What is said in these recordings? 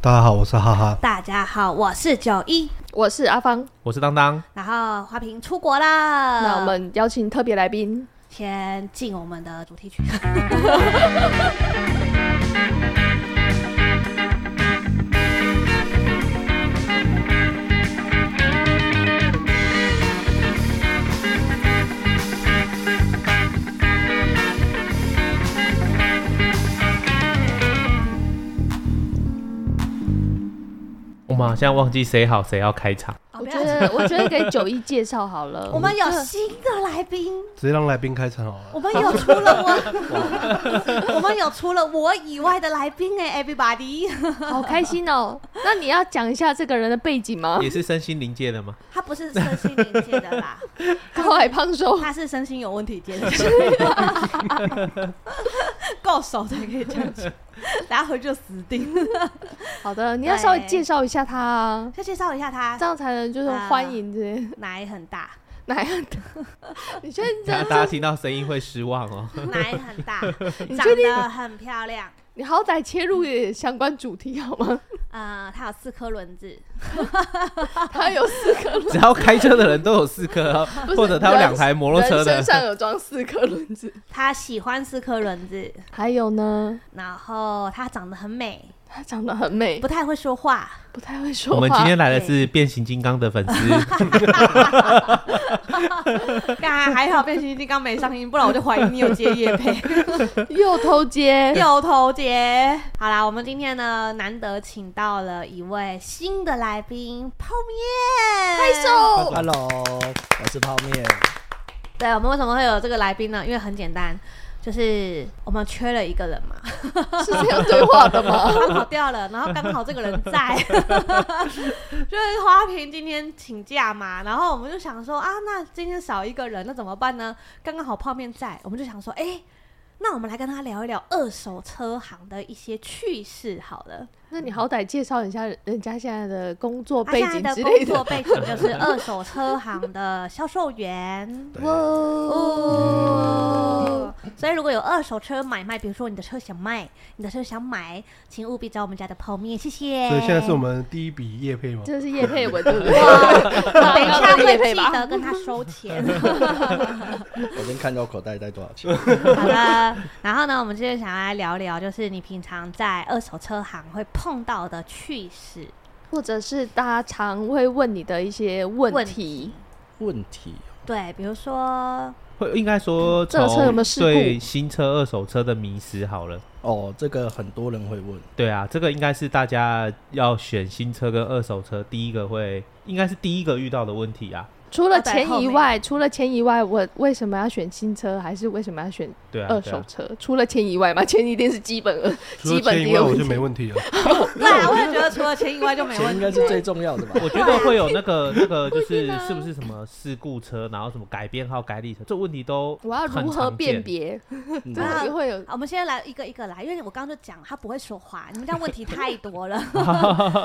大家好，我是哈哈。大家好，我是九一，我是阿芳，我是当当，然后花瓶出国啦。那我们邀请特别来宾，先进我们的主题曲。 我们好像忘记谁好谁要开场，哦我不要 觉得我觉得给九一介绍好了。我们有新的来宾，直接让来宾开场好了。我们有除了 我，我们有除了我以外的来宾哎，everybody，好开 心哦。那你要讲一下这个人的背景吗？也是身心灵界 的吗？他不是身心灵界的啦，高矮胖瘦，他是身心有问题界的，啊 够熟的可以这样讲，等下回去就死 定了。好的，你要稍微介绍一下他啊，先介绍一下他这，样才能就是欢迎这 些奶很大， 哪样 的。你确定大真家大家听到声音会失望哦。 奶很大，长得很漂亮。你好歹切入也相关主题 好吗？呃，它有四颗轮子，他有四颗轮，只要开车的人都有四颗哦，不是或者他有两台摩托车人的身。上有装四颗轮子。它喜欢四颗轮子，还有呢，然后它长得很美，她长得很美，不不太会说 话，不太会说我话。们今天来的是变形金刚的粉丝，干还好变形金刚没上映，不然我就怀疑你有接夜配， 又偷接，有头节。好啦，我们今天呢难得请到了一位新的来宾，泡面，拍。手。 Hello，我是泡面。对，我们为什么会有这个来宾呢？因为很简单，就是我们缺了一个人嘛，是这样对话的吗？他跑掉了，然后刚好这个人在， 就是花瓶今天请假嘛，然后我们就想说啊，那今天少一个人，那怎么办呢？刚刚好泡面在，我们就想说，哎、那我们来跟他聊一聊二手车行的一些趣事好了。那你好歹介绍一下人家现在的工作他背啊现在景的之工类作的。背景就是二手车行的销售员。 哦，所以如果有二手车买卖，比如说你的车想卖，你的车想买，请务必找我们家的泡面，谢谢。所以现在是我们第一笔业配吗？这是叶佩文，对不对？ 我等一下 叶会佩记吧。得跟他收 钱。我先看到口袋带多少钱。 好的，然后呢，我们接着想来聊聊，就是你平常在二手车行会碰到的趣事。或者是大家常会问你的一些问问题，问题对，比如说， 会应该说这个车有没有从事故对新车、二手车的迷失好了。哦，这个很多人会问。对啊，这个应该是大家要选新车跟二手车第一个会，应该是第一个遇到的问题啊。除了钱后以面外，除了钱以外，我为什么要选新车，还是为什么要选对啊，二对啊手车？除了钱以外嘛，钱一定是基本除基了本钱的以外，我问就题没。问题了。 对啊，我也觉得除了钱以外就哎没钱问应题。该是最重要 的吧？我觉得会有那个那个，就是是不是什么事故车，然后什么改编号、改里程，这问题都我要很如何常辨？见别？嗯真的会有啊好我们现在来一个一个来，因为我刚刚就讲他不会说话，你们这样问题太多了。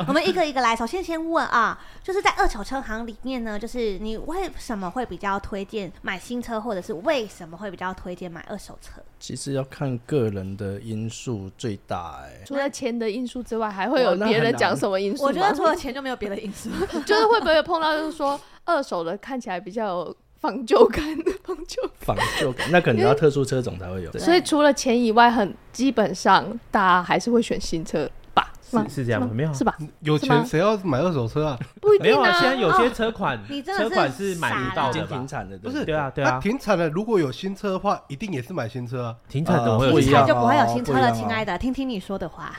我们一个一个来，首先先问啊，就是在二手车行里面呢，就是你为什么会比较推荐买新车，或者是为什么会比较推荐买二手车？其实要看个人的因素最大、欸。除了钱的因素之外，还会哇有那别很人难讲什么因素吗？我觉得除了钱就没有别的因 素。就是会不会碰到，就是说二手的看起来比较有仿旧感，仿旧感。仿就 那可能要特殊车种才会有。所以除了钱以外，很基本上大家还是会选新车吧？吗是是这样吗吗？没有啊是吧？有是吗钱谁要买二手车啊？不一没定有啊，啊。现在有些车款你真的车是款是买不到已的经吧停？产的，不是对啊，对那啊，停产了，如果有新车的话，一定也是买新车啊。停产怎么会呃有不新一车样就不会有新车不一了，样哦亲爱的，听听你说的话。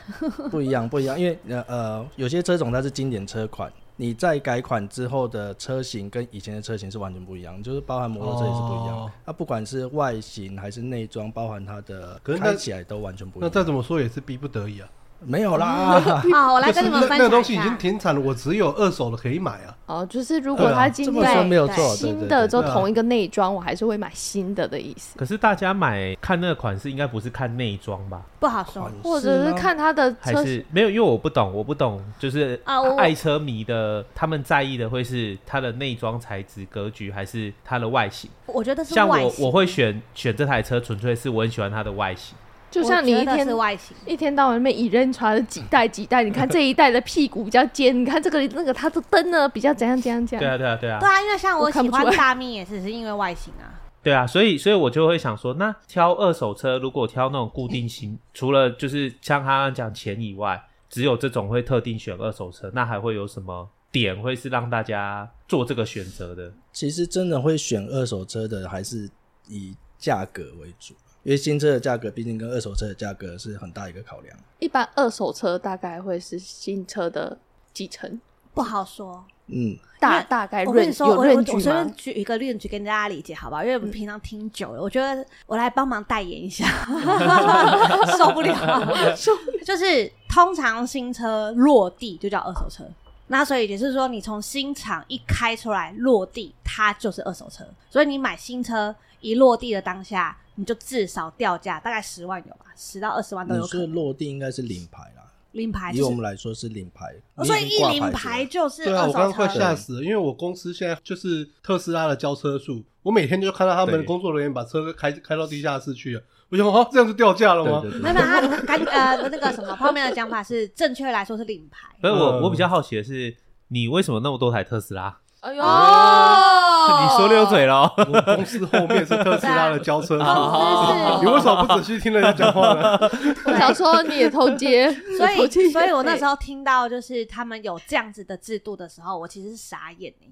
不一样，不一样，因为呃呃，有些车种它是经典车款，你在改款之后的车型跟以前的车型是完全不一样，就是包含摩托车也是不一样哦。它、不管是外形还是内装，包含它的可是那开起来都完全不一那样。再怎么说也是逼不得已啊。没有 哦啦，好，我来就是跟 你们那分那个享东一西已经下。停产了，我只有二手的可以买啊。哦，就是如果对啊他今这天么说没有对错，对新对的对做对同一个内装，我还是会买新的的意思，啊可是大家买看那个款式，应该不是看内装吧？不好说，或者是啊看他的还车是没有？因为我不懂，我不懂，就是啊我爱车迷的他们在意的会是它的内装材质、格局，还是它的外形？我觉得是像外我，形，我会选选这台车，纯粹是我很喜欢它的外形。就像你我一觉得天是外形，一天到晚那边以认传几代几代，你看这一代的屁股比较尖，你看这个那个它的灯呢比较怎样怎样怎对样。啊，对啊，对啊对，啊，因为像我我看喜不欢出来大蜜也只是因为外形啊。对啊。所以，所以我就会想说，那挑二手车，如果挑那种固定型，除了就是像他刚刚讲钱以外，只有这种会特定选二手车，那还会有什么点会是让大家做这个选择的？其实真的会选二手车的，还是以价格为主，因为新车的价格毕竟跟二手车的价格是很大一个考量。一般二手车大概会是新车的几成，不好说，嗯，大大概我跟润你说，有我我润我据随吗嗯便？举一个例子跟大家理解，好不好？因为我们平常听久了，我觉得我来帮忙代言一 下，受不了，受不了就是通常新车落地就叫二手车。那所以也就是说，你从新厂一开出来落地，它就是二手车。所以你买新车一落地的当下，你就至少掉价大概十万有吧，十到二十万都你有可说能。落地应该是领牌啦，领牌以就我是们来说是领牌，哦，所你以已经一挂领子了牌就是对啊，二我刚手刚快车。吓死了，因为我公司现在就是特斯拉的交车术，我每天就看到他们对工作人员把车开开到地下室去了，我想哦，这样就掉价了吗？对对没有，没有 他干呃那个什么泡面的讲法是正确来说是领牌，不是我，嗯我比较好奇的是，你为什么那么多台特斯拉？哎呦，哦你说溜嘴喽？我们公司后面是特斯拉的交车好术，好 好你为什么不仔细听人家讲话呢？我想说你也 偷接， 所偷窃以所以我那时候听到就是他们有这样子的制度的时候，我其实是傻眼哎、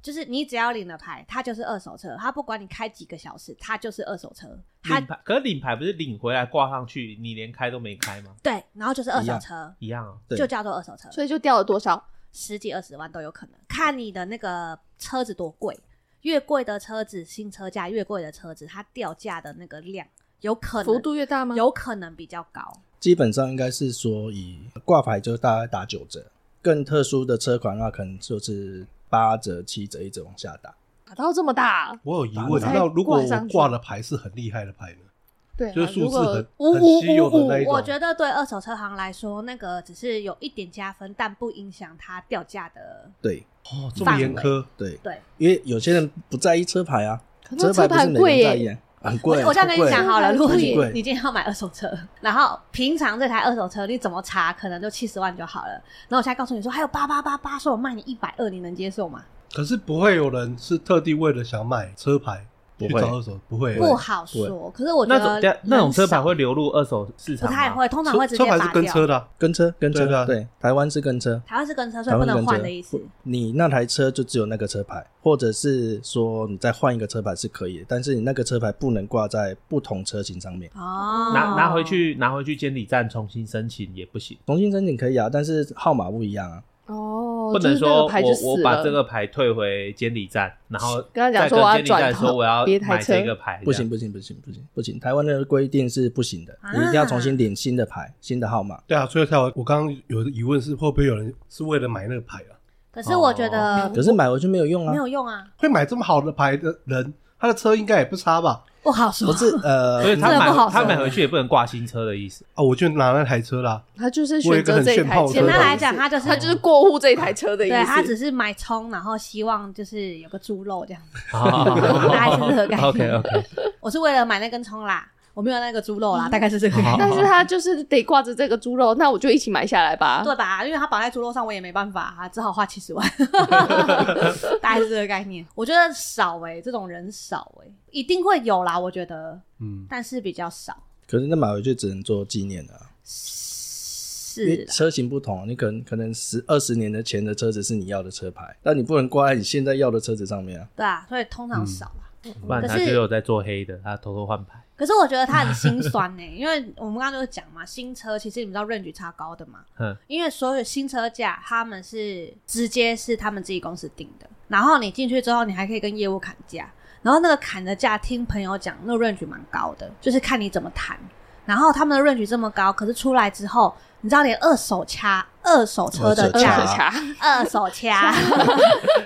就是你只要领了牌，它就是二手车，它不管你开几个小时，它就是二手车，它领牌，可是领牌不是领回来挂上去，你连开都没开吗？对，然后就是二手车，一样啊，对就叫做二手车，所以就掉了多少？十几二十万都有可能，看你的那个车子多贵，越贵的车子新车价越贵的车子，它掉价的那个量有可能幅度越大吗？有可能比较高。基本上应该是说以挂牌就大概打九折，更特殊的车款的话，可能就是八折、七折一直往下打。打到这么 大，啊我有疑问，才那如果挂我上去挂的牌是很厉害的牌呢？对啊，就是数如字果很呜很呜稀有的呜呜那一种。我觉得对二手车行来说，那个只是有一点加分，但不影响它掉价的。对哦，这么严苛，对，对，因为有些人不在意车牌啊，可车那车不是牌每个贵人在意耶，啊，很贵。我我这样跟你很贵讲好了，如果你很贵你今天要买二手车，然后平常这台二手车你怎么查，可能就七十万就好了。然后我现在告诉你说，还有八八八八，说我卖你一百二，你能接受吗？可是不会有人是特地为了想买车牌去不会找二手，不会。不好说。可是我觉那种得等下那种人车牌少会啊流入二手市不场吗？太会，通常会直车车接牌拔是跟掉。车的啊，跟车跟对车啊对，台湾是跟车，台湾是跟车，所以台不湾是能跟换的意思车。。你那台车就只有那个车牌，或者是说你再换一个车牌是可以的，但是你那个车牌不能挂在不同车型上面。哦，拿拿回。去，拿回去监理站重新申请也不行，重新申请可以啊，但是号码不一样啊。哦，不就能是那说个牌就我我死把了。这个牌退回监理站，然后跟他讲再说我要监理站转说头我要别台买这车个牌，不行不行不行不行不行，台湾的规定是不行啊的，你一定要重新领新的牌、新的号码。对啊，所以才我我刚刚有疑问是会不会有人是为了买那个牌啊？可是我觉得哦可是买回去没有用啊哦没，有用啊，会买这么好的牌的人，他的车应该也不差吧？不好说不。是这样，所以呃，他这个买不好他说买回去也不能挂新车的意 思。啊，我就拿那台车啦。他就是我有一选个择很这一炫台炮车的的意思，简单来讲，他就是他就是过户这一台车的意思。对他只是买葱，然后希望就是有个猪肉 这样子。啊大概是这个概念 OK OK，我是为了买那根葱啦，我没有那个猪肉嗯啦，大概是这个概念，但是他就是得挂着这个猪肉，那我就一起买下来吧。对吧？因为它绑在猪肉上，我也没办法，只好花七十 万，大概是这个概念。我觉得少哎、这种人少哎、一定会有啦，我觉得，嗯，但是比较少。可是那买回去只能做纪念的、啊，因是为啦，车型不同，你可能可能十二十年的前的车子是你要的车牌，但你不能挂在你现在要的车子上面啊。对啊，所以通嗯常少啦。 不然他可就是有在做黑的，他偷偷换牌。可是我觉得他很 心酸呢、因为我们刚刚就是讲嘛，新车其实你们知道 range 超高的嘛，嗯，因为所有新车价他们是直接是他们自己公司定的，然后你进去之后，你还可以跟业务砍价，然后那个砍的价，听朋友讲，那个 range 蛮高的，就是看你怎么谈。然后他们的 range 这么高，可是出来之后，你知道连二手掐、二手车的二手价啊掐二格茶，二手掐，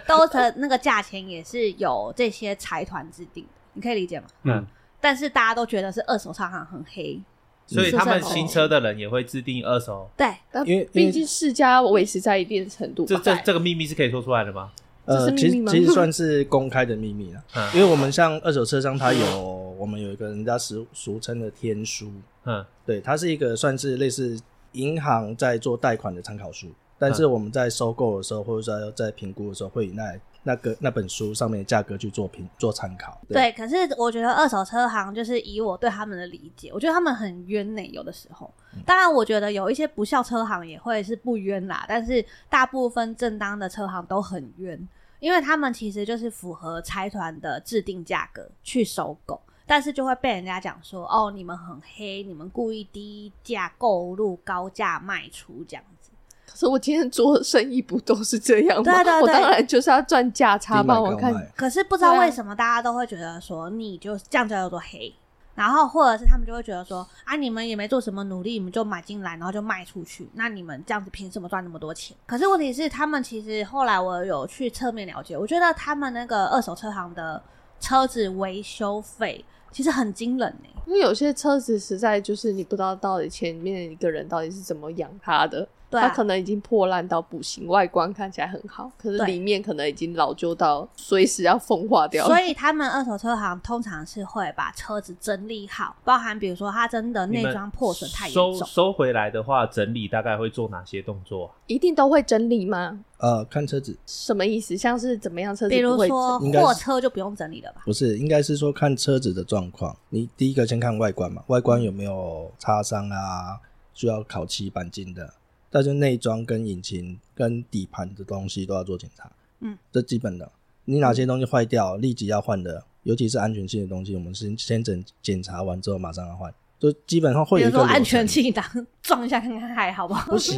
都的那个价钱也是有这些财团制定的，你可以理解吗？嗯，但是大家都觉得是二手商行很黑，所以他们新车的人也会制定二手，对，但因为因毕为竟市价维持在一定程度吧，这这这个秘密是可以说出来的吗？这是呃，秘其密实吗其实算是公开的秘密了，嗯因为我们像二手车商，它有我们有一个人家俗俗称的天书，嗯，对，它是一个算是类似银行在做贷款的参考书，但是我们在收购的时候，或者说在评估的时候，会以那那个那本书上面的价格去做评做参考。对，可是我觉得二手车行就是以我对他们的理解，我觉得他们很冤呢、有的时候。当然，我觉得有一些不孝车行也会是不冤啦，但是大部分正当的车行都很冤，因为他们其实就是符合财团的制定价格去收购。但是就会被人家讲说，哦，你们很黑，你们故意低价购入，高价卖出这样子。可是我今天做生意不都是这样吗？对啊对对我当然就是要赚价差低吧。买我高看卖，可是不知道对啊为什么大家都会觉得说你就这样叫做黑，然后或者是他们就会觉得说啊，你们也没做什么努力，你们就买进来，然后就卖出去，那你们这样子凭什么赚那么多钱？可是问题是，他们其实后来我有去侧面了解，我觉得他们那个二手车行的车子维修费其实很惊人呢、欸因为有些车子实在就是你不知道到底前面一个人到底是怎么养它的，对啊它可能已经破烂到不行，外观看起来很好，可是对里面可能已经老旧到随时要风化掉了所。以他们二手车行通常是会把车子整理好，包含比如说它真的内你们装破损太严收重，收回来的话，整理大概会做哪些动作啊？一定都会整理吗？呃，看车子什么意思？像是怎么样车子比如不会说整应该是货车就不用整理了吧？不是，应该是说看车子的状况。你第一个先看外观嘛，外观有没有擦伤啊，需要烤漆钣金的，但是内装跟引擎跟底盘的东西都要做检查。嗯，这基本的。你哪些东西坏掉，立即要换的，尤其是安全性的东西，我们先先检检查完之后马上要换，就基本上会比有如一说个安流全程。气囊撞一下看看还好不好？不行，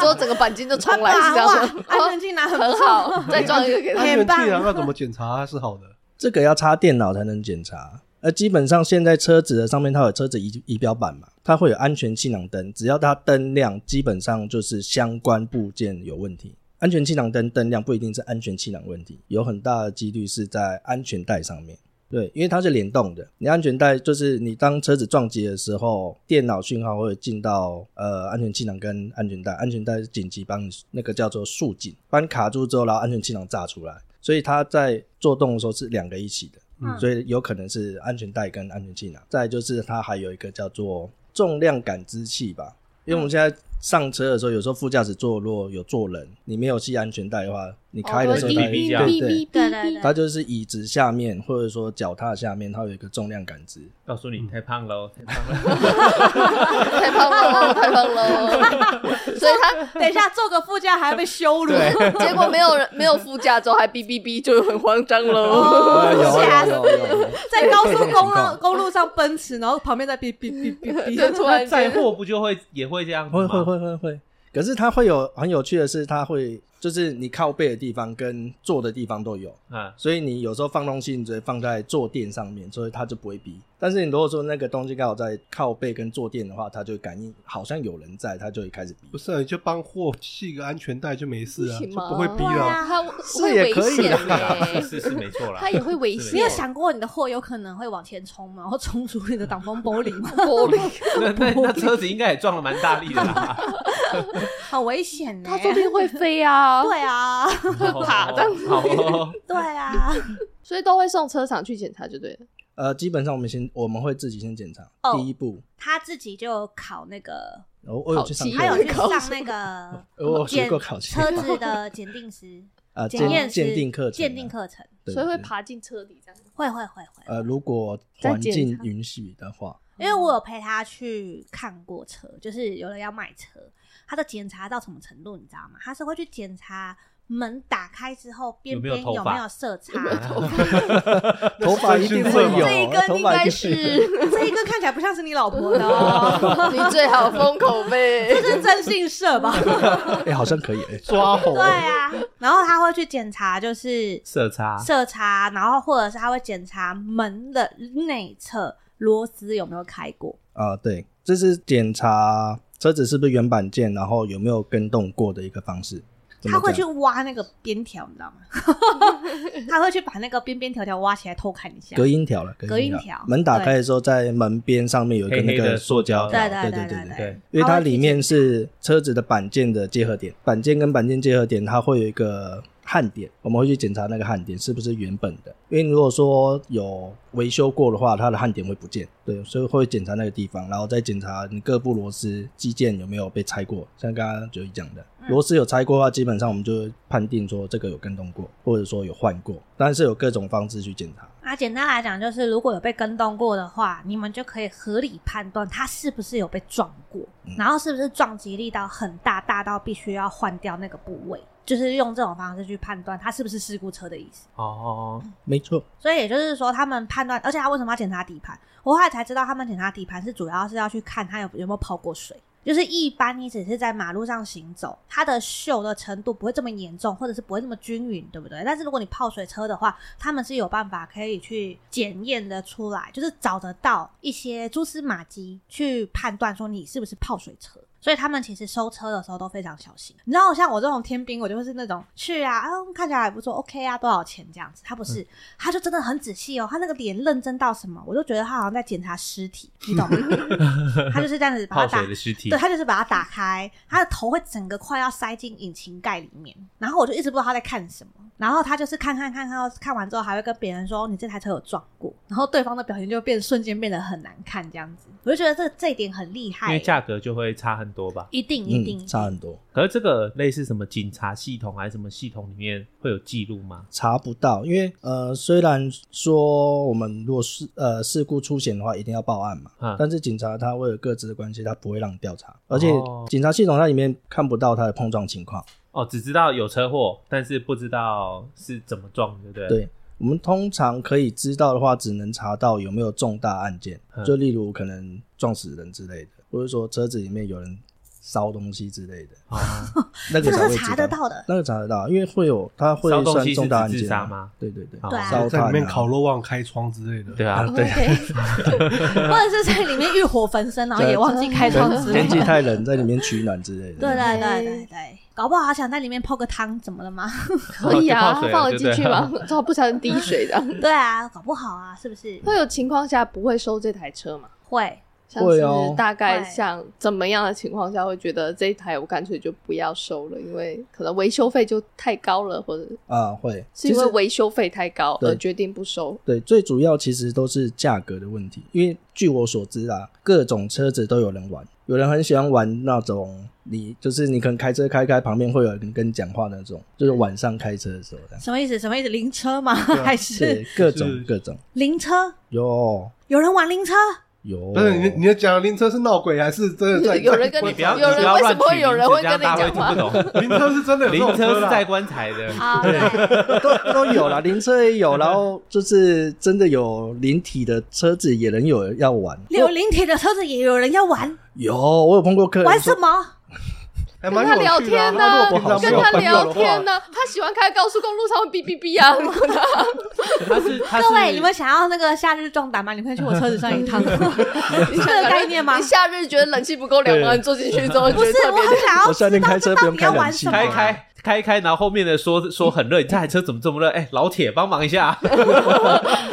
做整个钣金就重来是这样哦哇说， 安全气囊很很好，再装一个给他安。全很棒气囊啊要怎么检查它是好的？这个要插电脑才能检查。而基本上现在车子的上面它有车子仪仪表板嘛，它会有安全气囊灯，只要它灯亮，基本上就是相关部件有问题。安全气囊灯灯亮不一定是安全气囊问题，有很大的几率是在安全带上面。对，因为它是联动的，你安全带就是你当车子撞击的时候，电脑讯号会进到呃安全气囊跟安全带，安全带是紧急帮你那个叫做束紧，帮你卡住之后，然后安全气囊炸出来，所以它在做动的时候是两个一起的，嗯所以有可能是安全带跟安全气囊。再来就是它还有一个叫做重量感知器吧，因为我们现在。上车的时候，有时候副驾驶座如果有坐人，你没有系安全带的话，你开的时候哦它会会哔哔对哔哔对对对哔对哔对，它就是椅子下面或者说脚踏下面，它有一个重量感知。告诉嗯你，太胖了哦，太胖了。太胖了，太胖了。 所以等一下坐个副驾还要被羞辱，他结果没有人没有副驾之后还哔哔哔，就很慌张喽。啊有哦吓死有有有有，在高速公这路种公路上奔驰，然后旁边在哔哔哔 哔 就哔。突然载间，货不就会也会这样子会吗？会会会会。可是它会有很有趣的是，它会就是你靠背的地方跟坐的地方都有，嗯，所以你有时候放东西，你直接放在坐垫上面，所以它就不会逼。但是你如果说那个东西刚好在靠背跟坐垫的话，它就会感应好像有人在，它就会开始逼不。是、啊，你就帮货系个安全带就没事啊，不就行吗不会逼对了。啊他是会也危可以险是欸 耶，是是 没错啦他。也会危险。你有想过你的货有可能会往前冲吗？然后冲出你的挡风玻璃 吗？玻璃？ 那那 那车子应该也撞了蛮大力的啦，很危险呢、他说不定会飞啊。，对啊，会爬这样子好哦，对 啊。所以都会送车厂去检查就对了。呃，基本上我们先我们会自己先检查哦第一步。他自己就考那个，我我有去上烤漆课，他有去考上试那个 我有检学过烤漆车子的鉴定师、啊检验鉴师鉴定课程啊鉴定课程，对所以会对爬进车底这样。会会会会。呃，如果再环检境查允许的 话，因为我有陪他去看过车，就是有人要卖车，他的检查到什么程度，你知道吗？他是会去检查门打开之后边有没有边头有发没有色差，头发一定会这有，啊这一根头应发该一定会有。是 这一个看起来不像是你老婆的哦， 你最好封口这 呗。是征信社 吧？哎、好像可以、哎抓猴对，啊，然后他会去检查就是色 差色差，然后或者是他会检查门的内侧螺丝有没有开过。啊、对，这是检查车子是不是原版件，然后有没有跟动过的一个方式。怎么他会去讲挖那个边条，你知道 吗？他会去把那个边边条条挖起来偷看一下。隔音条了，隔音条条门打开的时候，在门边上面有一个黑那黑个的塑塑胶胶条，对对对对对对因为它里面是车子的板件的结合点，板件跟板件结合点，它会有一个焊点，我们会去检查那个焊点是不是原本的。因为如果说有维修过的话，它的焊点会不见，对，所以会检查那个地方，然后再检查你各部螺丝机件有没有被拆过。像刚刚九一讲的，嗯螺丝有拆过的话，基本上我们就会判定说这个有跟动过，或者说有换过，但是有各种方式去检查。啊，简单来讲就是，如果有被跟动过的话，你们就可以合理判断它是不是有被撞过，嗯然后是不是撞击力道很大，大到必须要换掉那个部位，就是用这种方式去判断它是不是事故车的意思。哦，没错，所以也就是说，他们判断，而且他为什么要检查底盘？我后来才知道，他们检查底盘是主要是要去看它有有没有泡过水。就是一般你只是在马路上行走，它的锈的程度不会这么严重，或者是不会这么均匀，对不对？但是如果你泡水车的话，他们是有办法可以去检验的出来，就是找得到一些蛛丝马迹去判断说你是不是泡水车。所以他们其实收车的时候都非常小心。你知道，像我这种天兵，我就会是那种去啊，啊看起来还不错，OK 啊，多少钱这样子。他不是，他就真的很仔细哦，他那个脸认真到什么，我就觉得他好像在检查尸 体，你懂吗？他就是这样子把它哦泡打水的尸体对，他就是把它打开，他的头会整个快要塞进引擎盖里面，然后我就一直不知道他在看什么，然后他就是看看看看看完之后，还会跟别人说你这台车有撞过，然后对方的表情就变瞬间变得很难看这样子，我就觉得这这一点很厉因害，为价格就会差很多吧。一定一定、嗯，差很多。可是这个类似什么警察系统还是什么系统里面会有记录吗？查不到，因为呃，虽然说我们如果是呃事故出险的话，一定要报案嘛，嗯但是警察他为了各自的关系，他不会让你调查，而且哦警察系统它里面看不到它的碰撞情况。哦，只知道有车祸，但是不知道是怎么撞，对不对？，对我们通常可以知道的话，只能查到有没有重大案件，嗯就例如可能撞死人之类的，或者说车子里面有人烧东西之类的，哦，那个这才个会是知查道得。到的，那个查得到，因为会有它会烧东算西重是大案指件自杀啊吗对对对，好对啊烧在炭里面啊烤肉忘开窗之类的。对啊，对或者是在里面欲火焚身，然后也忘记开窗之类 天的。气太冷，在里面取暖之类的。对对对对对，搞不好还想在里面泡个汤，怎么了吗？ 可以哦就啊泡水，了放我就进去对了 吧， 然后不小心滴水这样。 对啊，搞不好啊，是不是？会有情况下不会收这台车吗？会，像会是哦大概会像怎么样的情况下会觉得这一台我干脆就不要收了，因为可能维修费就太高了，或者啊，会，是因其为实维修费太高对而决定不收。对，最主要其实都是价格的问题，因为据我所知啊，各种车子都有人玩，有人很喜欢玩那种你就是你可能开车开开，旁边会有人跟你讲话那种，就是晚上开车的时候这样，什么意思？什么意思？灵车吗？啊还对是，各种是各种灵车？有有人玩灵车？有，不是你，你的讲的灵车是闹鬼还是真的在？有人跟你你不要，有人你不要为乱什么会有人会跟你讲讲话？ 话？灵车是真的有这灵种车车是啦载棺材 的，啊，对，都都有啦，灵车也有，然后就是真的有灵体的车子也能有人要玩，有灵体的车子也有人要玩，有我有碰过客人玩说什么？还跟蛮有他趣的聊啊天那如果平常跟没有他朋友聊的天话，呢、他喜欢开高速公路上面哔哔 哔啊，滚啊他是他是各位，你们想要那个夏日壮胆吗？你们可以去我车子上一趟，是这个概念吗 你？夏日觉得冷气不够凉吗？对你坐进 去之后觉不得是，特我别很凉。想要我夏知天道开这车到不底用要开冷玩气什么开啊。开开开，然后后面的说说很热，你这台车怎么这么热？哎，老铁帮忙一下，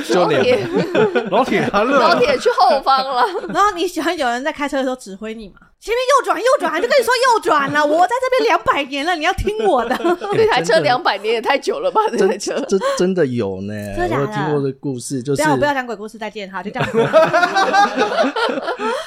老铁， 老铁他热老了，铁去后方了。 然后你喜欢有人在开车的时候指挥你吗？前面右转，右转，就跟你说右转了。我在这边两百年了，你要听我的。这哎台车哎真的两百年也太久了吧？这台车，这真的有呢， 真的假的我有听过的故事，就不是要不要讲鬼故事，再见哈，就这 样子。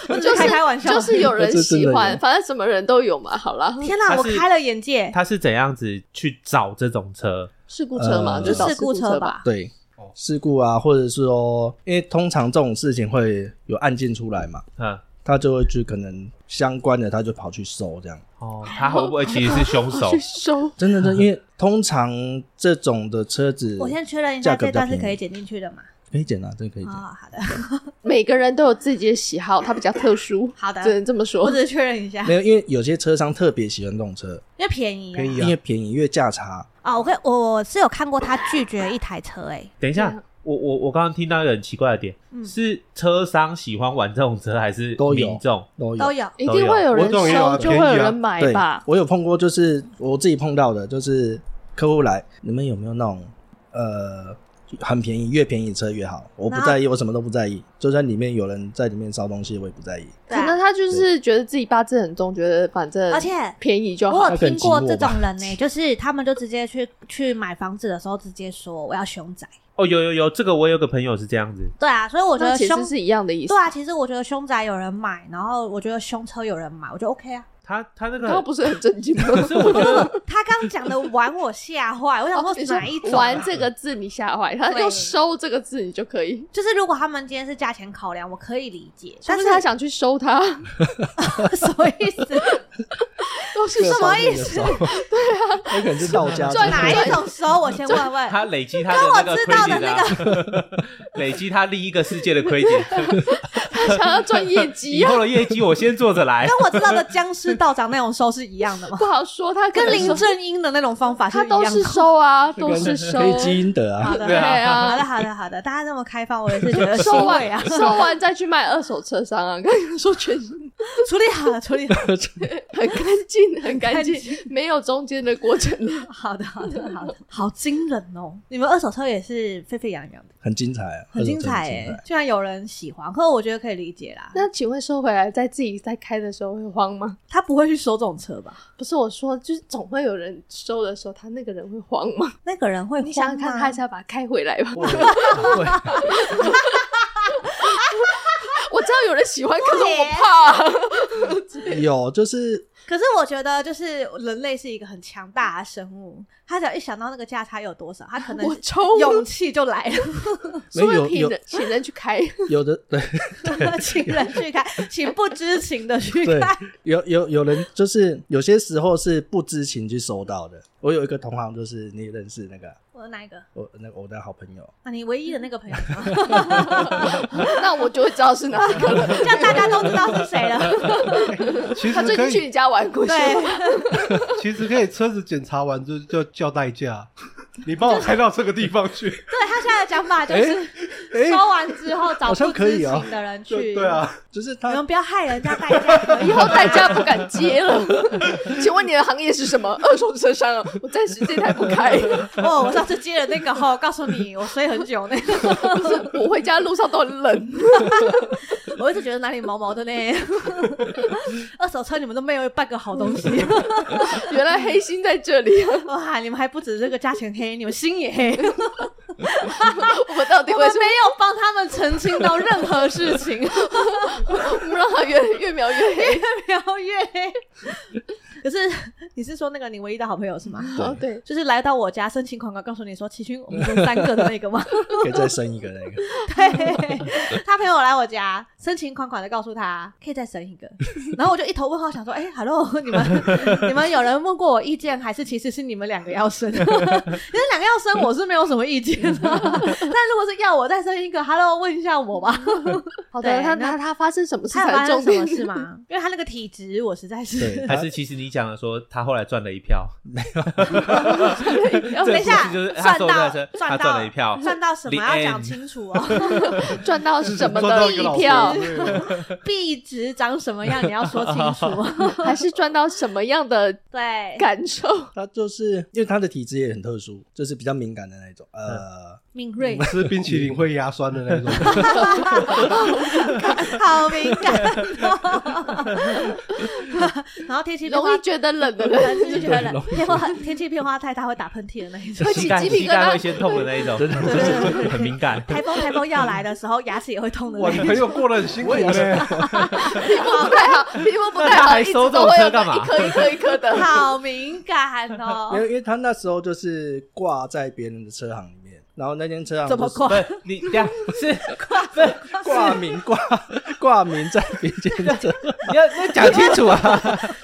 我只就是是开开玩笑，就是有人这真的喜有欢，反正什么人都有嘛。好啦， 天哪，他我是开了眼界。他是怎样子去找这种车？事故车嘛，呃就找事故车车吧。对事故啊，或者是说，因为通常这种事情会有案件出来嘛，嗯，他就会去可能相关的，他就跑去搜这样。哦，他会不会其实是 凶手去？收，真的，真的因为通常这种的车子，我先确认一下，价格这比较段是可便以宜剪进去的嘛？可以剪啊，真的可以剪。哦，好的，每个人都有自己的喜好，它比较特殊。好的只能这么我说只。是确认一下，没有，因为有些车商特别喜欢这种车，因为便宜啊。哦便宜因啊为，便宜，因为价差。啊，我可以，我我是有看过他拒绝一台车、欸，哎，等一下，我我我刚刚听到一个很奇怪的点，是车商喜欢玩这种车，还是都有民众？都有都有。一定会有人我懂也有啊收，就会便宜啊有人买对吧，。我有碰过，就是我自己碰到的，就是客户来，你们有没有那种呃很便宜，越便宜车越好？我不在意，我什么都不在意，就算里面有人在里面烧东西，我也不在意。对啊可能他就是觉得自己八字很重，觉得反正而且便宜就我好有那。个听很过寂寞这种吧人呢、就是他们就直接去去买房子的时候，直接说我要凶宅。哦，有有有，这个我有个朋友是这样子，对啊，所以我觉那得其凶实是一样的意思对。啊，其实我觉得凶宅有人买，然后我觉得凶车有人买，我觉得 OK 啊。他他那刚刚个不是很震惊吗？可是我觉得他刚讲的玩我吓坏， 我想哦说你说哪一种啊、玩这个字你吓坏，他对用收这个字你就可以。就是如果他们今天是价钱考量，我可以理解，但但是是他想去收他， 什么意 思？都是 啊什收么各烧意各的思啊烧 那可能是道家之赚赚类哪 的。一种时候？我先问问。他累积他的那个跟我知道 credit 的啊， 累积他另一个世界的 credit，他想要赚 业绩以啊，后的业绩我先做着 来跟。我知道的僵尸道长那种收是一样的 吗？不好说。他可跟能林收正英的那种方法是他一样都的。是收 啊，这都个是收可。以积阴德啊好，的，对 啊好的，好的，好的，大家这么开放，我也是觉 得收欣慰啊完，收完再去卖二手车商啊，刚才说全处理好了，处理好了，很干净，很干净干，没有中间的过程了。好的，好的，好 的，好惊人哦！你们二手车也是沸沸扬扬的，很精彩啊， 很精彩哎、哎，居然有人喜欢，可是我觉得可以理解啦。那请问收回来，在自己在开的时候会慌吗？他不会去收这种车吧？不是我说，就是总会有人收的时候，他那个人会慌吗？那个人会你想想看，他他还是要把它开 回来吧。我我 我知道有人喜欢，可是我 怕。有，就是可是我觉得，就是人类是一个很强大的生物，他只要一想到那个价差有多少，他 可能我抽勇气就来了。没有所以有请人请人去开，有的对请人去开，请不知情的去 对开。，有有有人就是有些时候是不知情去收到的。我有一个同行，就是你也认识那个啊，我哪一个？我那个我的好朋友，啊，你唯一的那个朋友， 那我就会知道是哪个了。这样大家都知道是谁了。 其他实最可近去以，你家玩过，对，其实可以车子检查完就就叫代 驾，你帮我开到这个地方去。对他现在的讲法就是，哎收完之后找好像不可知以哦情的人就去。对，啊，就是你们 他不要害人家代价。以后代驾不敢接了。 请问你的行业是什么？二手车商啊，我暂时这台不开， 哦，我上次接了那个后，告诉你我睡很久那个，不是我回家路上都很冷。 我一直觉得哪里毛毛的呢。 二手车你们都没有半个好东西，原来黑心在这里啊！哇！你们还不止这个价钱黑，你们心也黑。我我到底为们什没么有帮他们澄清到任何事情，我们让它越越描越黑？越描越黑。可是你是说那个你唯一的好朋友是吗？哦，对，就是来到我家申请广告，告诉你说齐勋，我们有三个的那个吗？可以再生一个那个，对， 他陪我来我家，深情款款的告诉他可以再省一 个，然后我就一头问号，想说，哎、h e l l o 你们 你们有人问过我意见，还是其实是你们两个要生？ 你们两个要生，我是没有什么意见的， 但如果是要我再生一个，Hello，问一下我吧。好对的，他那他他发生什么事他有才发是生重什么点？事吗？ 因为他那个体质，我实在是 对。还是其实你讲的说他后来赚了一票， 要哦等一下这就是，他赚收在到这他赚赚到了一票赚到什么林要讲恩清楚 哦。赚到什么撞到的一一个老 票头，对币值长什么样，你要说清 楚。还是赚到什么样的对，感受？他就是因为他的体质也很特殊，就是比较敏感的那种，呃，敏锐，吃冰淇淋会牙酸的那种。 好敏感哦。然后天气变容化易觉得冷的人，对，就觉得冷天化天气变化太大会打喷嚏的那一种。会膝起盖鸡皮膝疙盖会瘩。先痛的那一种，真对对对很敏感。台风台风要来的时候，牙齿也会痛的哇，那你一朋种。友过得很辛苦呢。皮肤不太好，皮肤不太那他好，还一直收这都种会车有干那嘛一颗一颗一颗的。好敏感因哦，为因为他那时候就是挂在别人的车行里面，然后那间车行怎么就是挂不？是你这样是 挂名挂 挂名在别间车，你要你要讲清楚啊！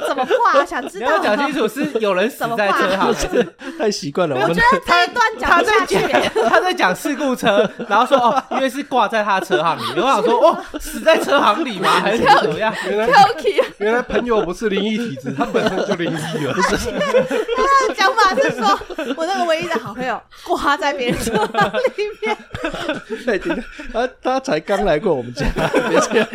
怎么挂？想知你道要吗讲清楚，是有人死怎么在挂车行，还是太习惯了，我我们觉得这一段讲他不在下去讲，他在讲事故车，然后说哦，因为是挂在他车行里面，我想说哦，死在车行里吗？还是怎么样？原来 Toki 原来朋友不是灵异体质，他本身就灵异了。他的讲法是说，我那个唯一的好朋友挂在别人车行里面，对，对对他他才刚来过我们家， 别这样，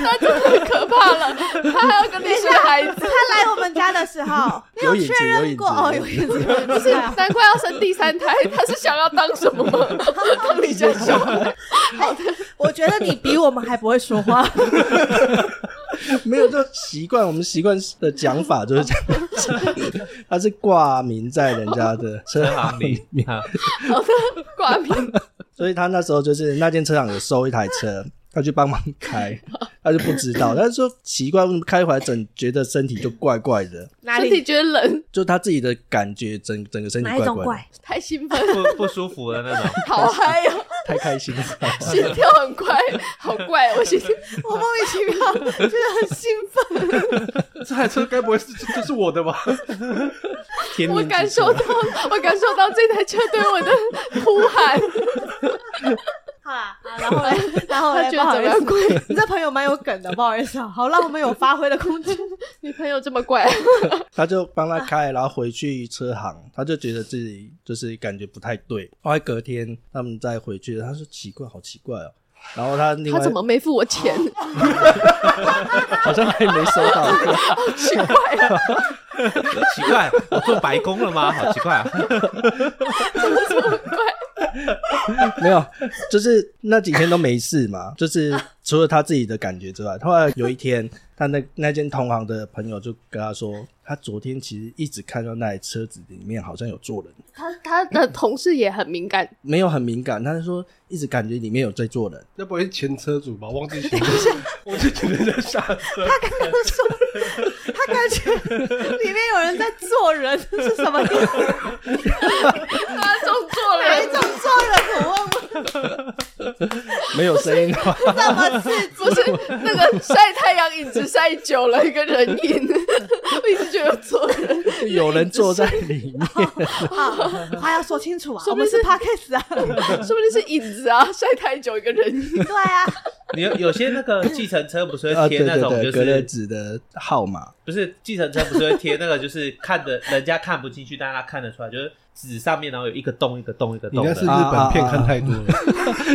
那真的很可怕了，他还有个等历一史下的孩他子，来我们家的时候，你有影子确有认影过子哦？有影子，不是难怪要生第三胎，他是想要当什么吗？当李佳小 哎我觉得你比我们还不会说话。没有就习惯，我们习惯的讲法就是这样， 他是挂名在人家的车车行行里里面，啊，挂名，所以他那时候就是那间车行有收一台车，他去帮忙开，他就不知道，他就说奇怪，为什么开回来整觉得身体就怪怪的， 哪身体觉得冷，就他自己的感觉，整整个身体哪怪一怪种的，怪？太兴奋，不不舒服的那种。好嗨 哦，太开心了。心跳很快，好 怪，我心跳，我莫名其妙觉得很兴奋，这台车该不会是这这是我的吧？天我命感之子受到，我感受到这台车对我的呼喊， 好啦，好然后嘞，然 后他嘞，觉不得好怎么意样思，怪？你这朋友蛮有梗的，不好意思啊，好让我们有发挥的空间。你朋友这么怪，他就帮他开，然后回去车行，他就觉得自己就是感觉不太对。后来隔天他们再回去，他说奇怪，好奇怪哦。然后他另他外怎么没付我 钱？好像还没收到， 奇怪，奇怪，我做白工了吗？好奇怪、啊， 没有，就是那几天都没事嘛，就是除了他自己的感觉之外，后来有一天，他那那间同行的朋友就跟他说，他昨天其实一直看到那台车子里面好像有坐人，他他的同事也很敏感，没有很敏感，他是说一直感觉里面有在坐人。要不会是前车主吧？忘记前车主， 忘记前车主下车。他说，他感觉里面有人在做人，是什么意思？他中做哪一了，种做人？我问问，没有声音的话，怎么刺激？不是那个晒太阳影子晒久了，一个人影， 我一直觉得有做人，有人坐在里 面。 哦好，话要说清楚啊，说我不们定是 podcast 啊， 说不定是影子啊，晒太久一个人影。 对啊，你有有些那个计程车不是啊，会对贴那对种对，就隔热是纸的号码，不是计程车不是会贴那个就是看的人家看不进去，但是他看得出来，就是纸上面然后有一个洞一个洞一个你应洞该是日的。本片看太多了，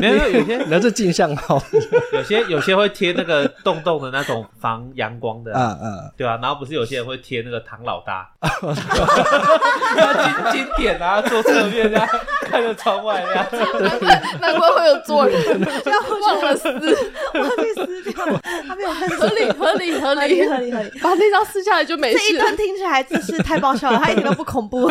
没有没有有些 那是镜像号有些有些会贴那个洞洞的那种防阳光的啊。啊，对啊，然后不是有些人会贴那个唐老大，要经经典啊，坐侧面这样看着窗外这样，难怪难怪会有做 人，忘了撕，忘记撕掉了，他没有分合理合理合 合理理合理合理。 把那张撕下来就没这一事段了。听起来真是太爆笑了，他一点都不恐 怖。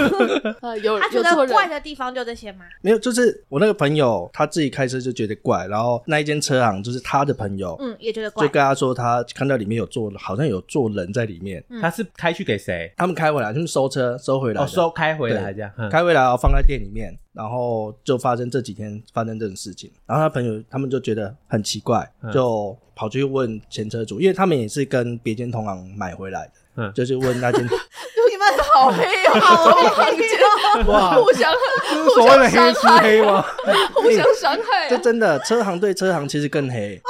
啊，有他觉有做得怪人，的地方就这些吗？没有，就是我那个朋友他自己开车就觉得怪，然后那一间车行就是他的朋友嗯，也觉得就怪。跟他说他看到里面有坐，好像有坐人在里面，他是开去给谁？他们开回来，他们收车收回来的，哦，收开回来这样，嗯开回来然后放在店里面，然后就发生这几天发生这种事情，然后他朋友他们就觉得很奇怪，嗯就跑去问前车主，因为他们也是跟别间同行买回来的，嗯就是问那 间。你们好黑哦，好好黑哦哇互 相这是所谓的黑吃黑 吗？啊互相伤害这。真的，车行对车行其实更 黑，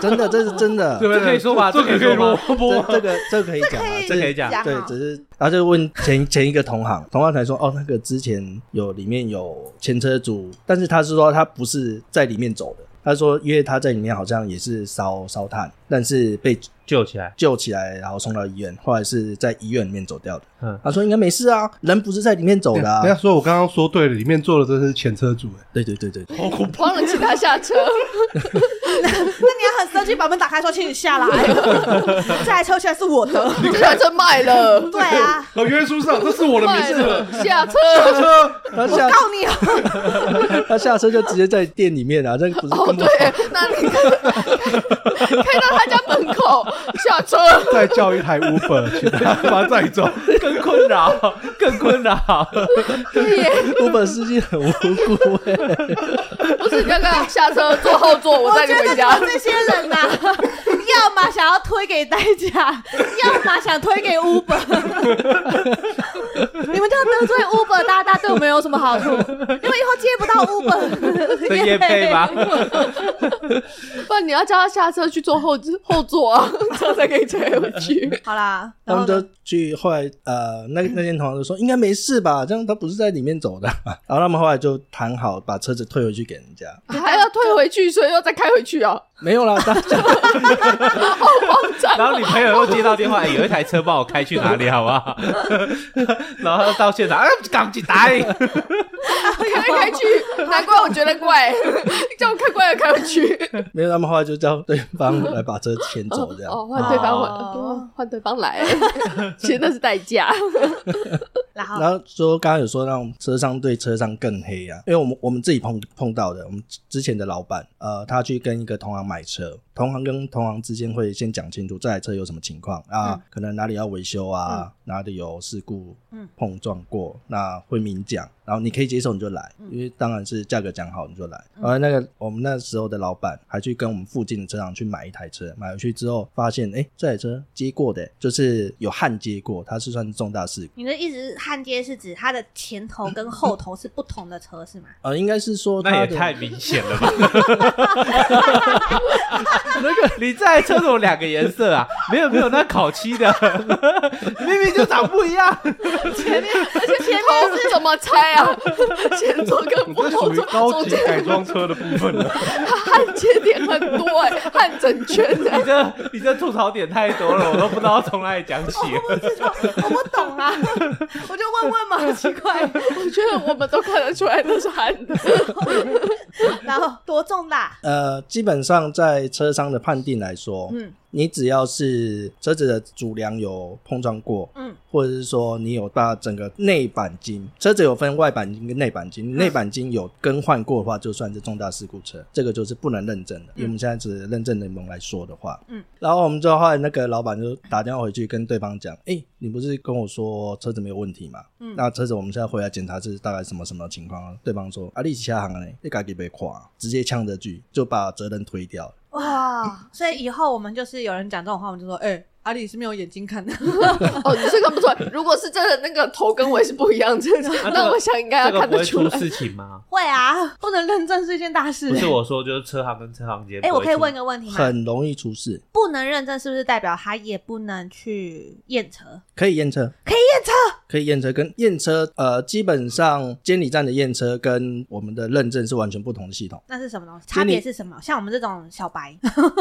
真的，这是真的。对不对？嗯这可以说吧这这可以可以说吗说这不？这个这个可以讲啊，这可以讲讲对哦，只是然后就问前前一个同行，同行才说哦，那个之前有里面有前车主，但是他是说他不是在里面走的，他说因为他在里面好像也是烧烧炭，但是被救起来，救起来，然后送到医院，后来是在医院里面走掉的。嗯，他说应该没事啊，人不是在里面走的、啊人。家说我刚刚说对了，里面坐的真是前车主哎，对对对对，对忘了请他下车， 那你要很生气，把门打开说：“请你下来。” 这台车现在是我的。这台车卖了，对啊，合约书上哦这是我的名卖字了。了，下车。他我下告你哦，他下车就直接在店里面啊，这不是哦，根本对， 那你开开到他家门口下车， 再叫一台 Uber 去把他载 走，更困扰，更困扰。 对耶， Uber 司机很无辜哎、不是刚刚下车坐后座，我我载觉你得回就家是。这些人呐、要么想要推给代驾，要么想推给 Uber，你们这样得喝醉 Uber 大大对我们有什么好处？因为以后接不到 Uber，这业配 吧，不然你要叫他下车去坐后后座啊， 这样才可以追回去。 好啦，他然后们就呢去后来呃，那那间同行就说应该没事吧，这样他不是在里 面走的啊、然后他们后来就谈好，把车子退回去给人家。 还要退回去，所以要再开回去啊！没有啦，大家 然后你朋友又接到电话，哎有一台车帮我开去哪里，好不好？ 然后到现场，哎，赶紧答 应。开来开 去，难怪我觉得 怪，叫我开怪要开回去。 啊没有，他们后来就叫对方来把车牵走，这样。哦，换对方哦啊换换对方来， 其实那是代价。然后然后说刚刚有说让车商对车商更黑啊，因为我们我们自己碰碰到的，我们之前的老板，呃，他去跟一个同行买车，同行跟同行之间会先讲清楚这台车有什么情况啊，可能哪里要维修啊，哪里有事故，嗯碰撞过，那会明讲，然后你可以接受你就来，因为当然是价格讲好你就来。然后那个我们那时候的老板还去跟我们附近的车厂去买一台车，买回去之后发现，哎，这台车接过的，就是有焊接过，它是算是重大事故。你的意思是焊接是指它的前头跟后头是不同的车是吗？ 呃，应该是说那他也的太明显了吧！ 那个你这台车怎么两个颜色啊？没有没有，那烤漆的 明明就长不一 样。前面而且前面是怎么拆 啊？前座跟不这同属于座高中级改间装车的部分了。它焊接点很多哎，焊整圈的你。这你这吐槽点太多了，我都不知道从哪里讲起了。不知道，我不懂啊，我就问问嘛，奇怪。我觉得我们都看得出来那是焊的。然后多重大？呃，基本上在车商的判定来说，嗯你只要是车子的主梁有碰撞过，嗯，或者是说你有把整个内钣金，车子有分外钣金跟内钣嗯金，内钣金有更换过的话，就算是重大事故车，这个就是不能认证的。以我们现在只认证联盟来说的话，嗯，然后我们就后来那个老板就打电话回去跟对方讲，哎、你不是跟我说车子没有问题吗？嗯那车子我们现在回来检查是大概什么什么情况啊？对方说啊，你是下行了呢，你自己被垮，啊直接呛这句就把责任推掉了。哇！所以以后我们就是有人讲这种话，我们就说，哎、阿里是没有眼睛看的。哦，你这个不错。如果是真的，那个头跟尾是不一样的，那我想应该要这啊个啊看不得会出出来。事情吗？会啊， 不能认证是一件大事、不是我说，就是车行跟车行间。哎、我可以问一，个问题吗？很容易出事，不能认证是不是代表他也不能去验车？可以验车，可以验车？可以验车，跟验车呃，基本上监理站的验车跟我们的认证是完全不同的系统。那是什么东西？就差你别是什么？像我们这种小白，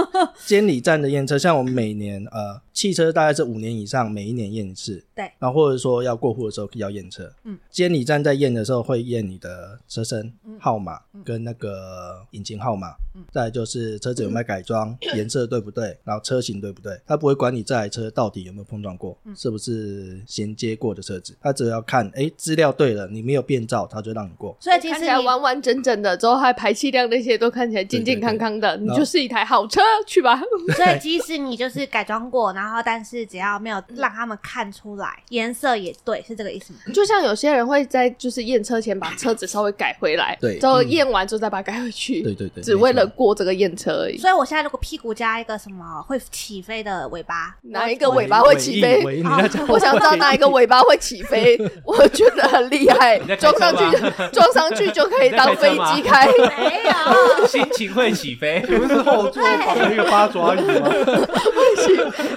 监理站的验车，像我们每年呃，汽车大概是五年以上，每一年验一次。对，然后或者说要过户的时候要验车。嗯，监理站在验的时候会验你的车身嗯号码跟那个引擎号码，嗯再来就是车子有没有改装，颜色对不对，然后车型对不对，他不会管你这台车到底有没有碰撞过，嗯是不是衔接过的车子，他只要看哎资料对了，你没有变造，他就让你过。所以其哎看实起来你完完整整的，之后还排气量那些都看起来健健康康的，对你就是一台好车，去吧。 所以即使你就是改装过，然后但是只要没有让他们看出来，颜色也对，是这个意思吗？ 就像有些人会在就是验车前把车子稍微改回来，对之后验完之后再把它改回去，对对对，只为了没错过这个验车而已。所以我现在如果屁股加一个什么会起飞的哦尾巴，哪一 个尾巴会起飞？尾翼尾翼你那叫 我想知道哪一个尾巴会起飞，我觉得很厉害你在，开装车上吗去装上去就可以当飞机 开。没有， 心情会起飞。不是后座绑了一个八爪鱼 吗？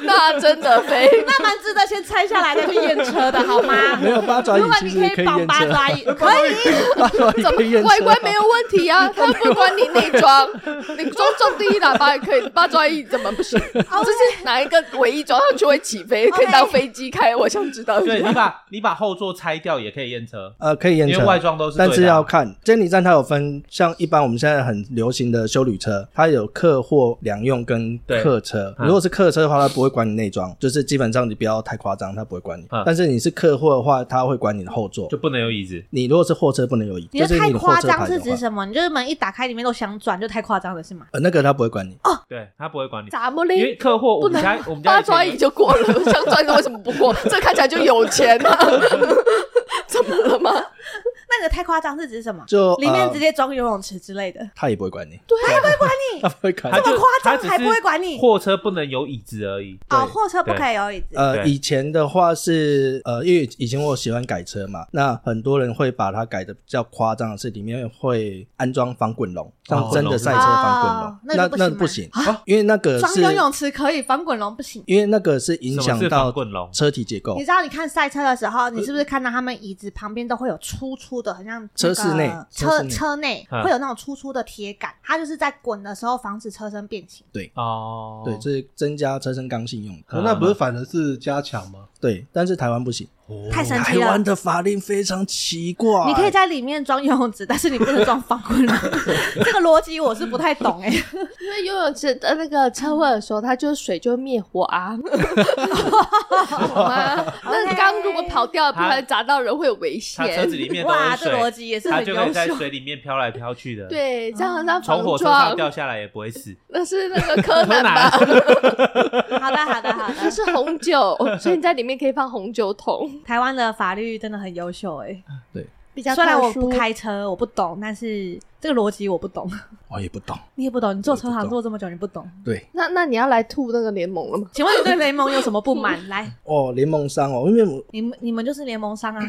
那真的飞，那蛮值得先拆下来再去验车的好吗？ 没有八爪鱼如果其你实可以以绑验八车，爪 鱼，可以， 八爪鱼怎么可以啊验车。外观没有问题啊？他不管你内装， 你装重第一喇叭也可以，八爪鱼怎么 不行？啊就是哪一个尾翼装上去会起飞，可以当飞机开？我想知道一下。 对你把你把后座拆掉也可以验车，呃，可以验因为车，外装都是对的啊。但是要看监理站，它有分，像一般我们现在很流行的修旅车，它有客货两用跟对客车。嗯如果是客车的话，它不会管你内装，就是基本上你不要太夸张，它不会管你嗯。但是你是客货的话，它会管你的后座就。不能有椅子。你如果是货车，不能有椅，你就就是太你的货夸车牌张的是话指，什么？你就是门一打开，里面都想转，就太夸张了是吗？呃，那个它不会管你。啊对他不会管你，咋么因为嘞？客户我不能们家我们家八以前爪鱼就过了， 镶钻的为什么不过？这看起来就有钱啊！怎么了吗？那个太夸张是指什么？就里面呃直接装游泳池之类的，他也不会管你，他也啊不会管你 他，不会管他你。这么就夸张他只还是不会管你货车不能有椅子而已。哦，货车不可以有椅子，呃，对以前的话是呃，因为以前我喜欢改车嘛，那很多人会把它改的比较夸张的是，里面会安装防滚笼，像真的赛车防滚笼，哦那那就不不行行，啊因为那个装是游泳池可以，翻滚笼不行。因为那个是影响什么是到防滚笼车体结构你，知道你看赛车的时候，呃你是不是看到他们椅子旁边都会有粗粗的，很像那个车室内车室车内车内嗯会有那种粗粗的铁杆，它就是在滚的时候防止车身变形。哦，嗯对，这是增加车身刚性用的。可那不是反而是加强吗？对，但是台湾不行，太神哦台奇了湾！的法令非常奇怪，你可以在里面装游泳池，但是你不能装防滚笼， 这个逻辑我是不太懂哎、因为游泳池的那个车位的时候，它就是水就灭火 啊，懂 吗？那缸如果跑掉，不然砸到人会有危它车子险。里面都哇，是这水，逻辑也是它很就可以优在秀。水里面飘来飘去的。，对，这样让从防火车上撞，掉下来也不 会死。那是那个柯南吧？柯好的，好的，好 那的。是红酒，所以你在里面可以放红酒桶。台湾的法律真的很优秀哎、比较虽然特我殊不，开车，我不懂，但是这个逻辑我不懂， 我哦也不懂。你也不懂，你做我也不车行懂做这么久，你不懂。对，那那你要来吐那个联盟了吗？ 请问你对联盟有什么不满？ 来，哦，联盟商哦，因为我你们你们就是联盟商 啊！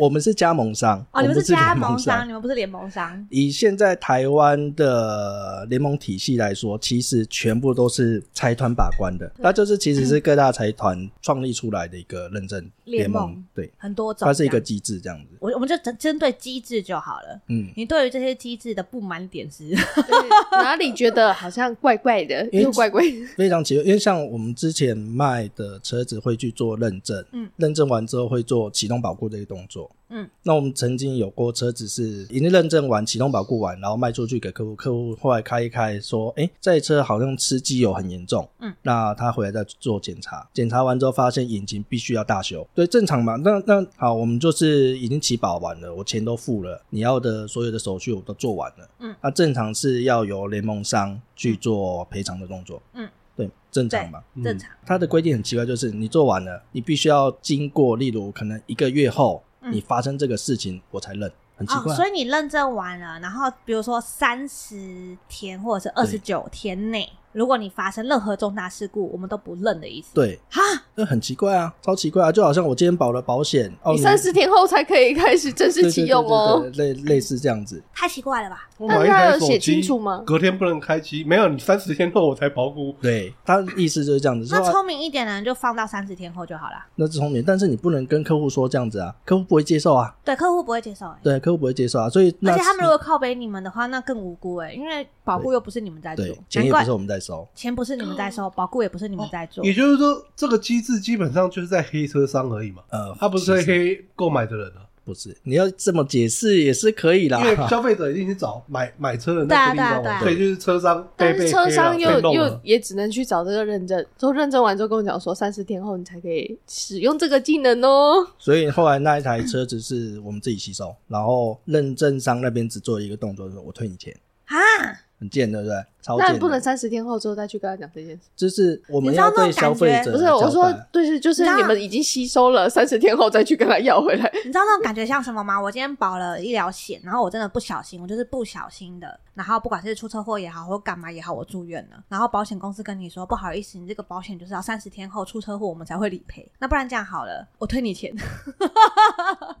我们是加盟商，哦，你们我不是加联盟盟商商，你，们不是联盟商。以现在台湾的联盟体系来说，其实全部都是财团把关的，它就是其实是各大财团创立出来的一个认证联联盟对，很多种，它是一个，机制这样子。我我们就针针对机制就好了。嗯，你对于这些机制的不满点是？哪里觉得好像怪怪的，因为又怪怪的？非常奇怪，因为像我们之前卖的车子会去做认证，嗯，认证完之后会做启动保固这个动作，嗯，那我们曾经有过车子是已经认证完、启动保固完，然后卖出去给客户，客户后来开一开说，哎，这车好像吃机油很严重，嗯，那他回来再做检查，检查完之后发现引擎必须要大修，对，正常嘛，那那好，我们就是已经起保完了，我钱都付了，你要的所有的手续我都做完了，嗯，那正常是要由联盟商去做赔偿的动作，嗯，对，正常嘛，嗯正常。它的规定很奇怪，就是你做完了，你必须要经过，例如可能一个月后，嗯你发生这个事情，我才认，很奇哦怪。，所以你认证完了，然后比如说三十天或者是二十九天内，如果你发生任何重大事故，我们都不认的意思。，对，哈，那很奇怪啊，超奇怪啊，就好像我今天保了保险，哦，你三十天后才可以开始正式对启用哦对。对对对类类似这样子，太奇怪了吧？我那买一他台有手写机清楚吗隔天不能开机，没有，你三十天后我才保固。对，他意思就是这样子，说那啊聪明一点的人就放到三十天后就好了。那是聪明，但是你不能跟客户说这样子啊，客户不会接受啊，对，客户不会接受、欸。对，客户不会接受啊，所以那而且他们如是果靠背你们的话，那更无辜哎、欸，因为保护又不是你们在做对，钱难也不怪是我们在哦收，钱不是你们在收，保护也不是你们在做。也就是说，这个机制基本上就是在黑车商而已嘛，呃，他不是在其实黑购买的人啊，不是，你要这么解释也是可以啦因， 为消费者一定是找买买车的那个地对啊方对嘛，啊对啊所以就是车商被但被是车商黑又了被弄又了也只能去找这个认证，之后认证完之后跟我讲说，三十天后你才可以使用这个技能哦。所以后来那一台车子是我们自己吸收，然后认证商那边只做了一个动作，就是我退你钱，啊，很贱，对不对？超那贱你的，不能三十天后之后再去跟他讲这件事。就是我们你知道要那种对消费感觉者不是，交我说代对是，就是那你们已经吸收了，三十天后再去跟他要回来。你知道那种感觉像什么吗？我今天保了医疗险，然后我真的不小心，我就是不小心的，然后不管是出车祸也好，或干嘛也好，我住院了，然后保险公司跟你说不好意思，你这个保险就是要三十天后出车祸我们才会理赔，那不然这样好了，我退你钱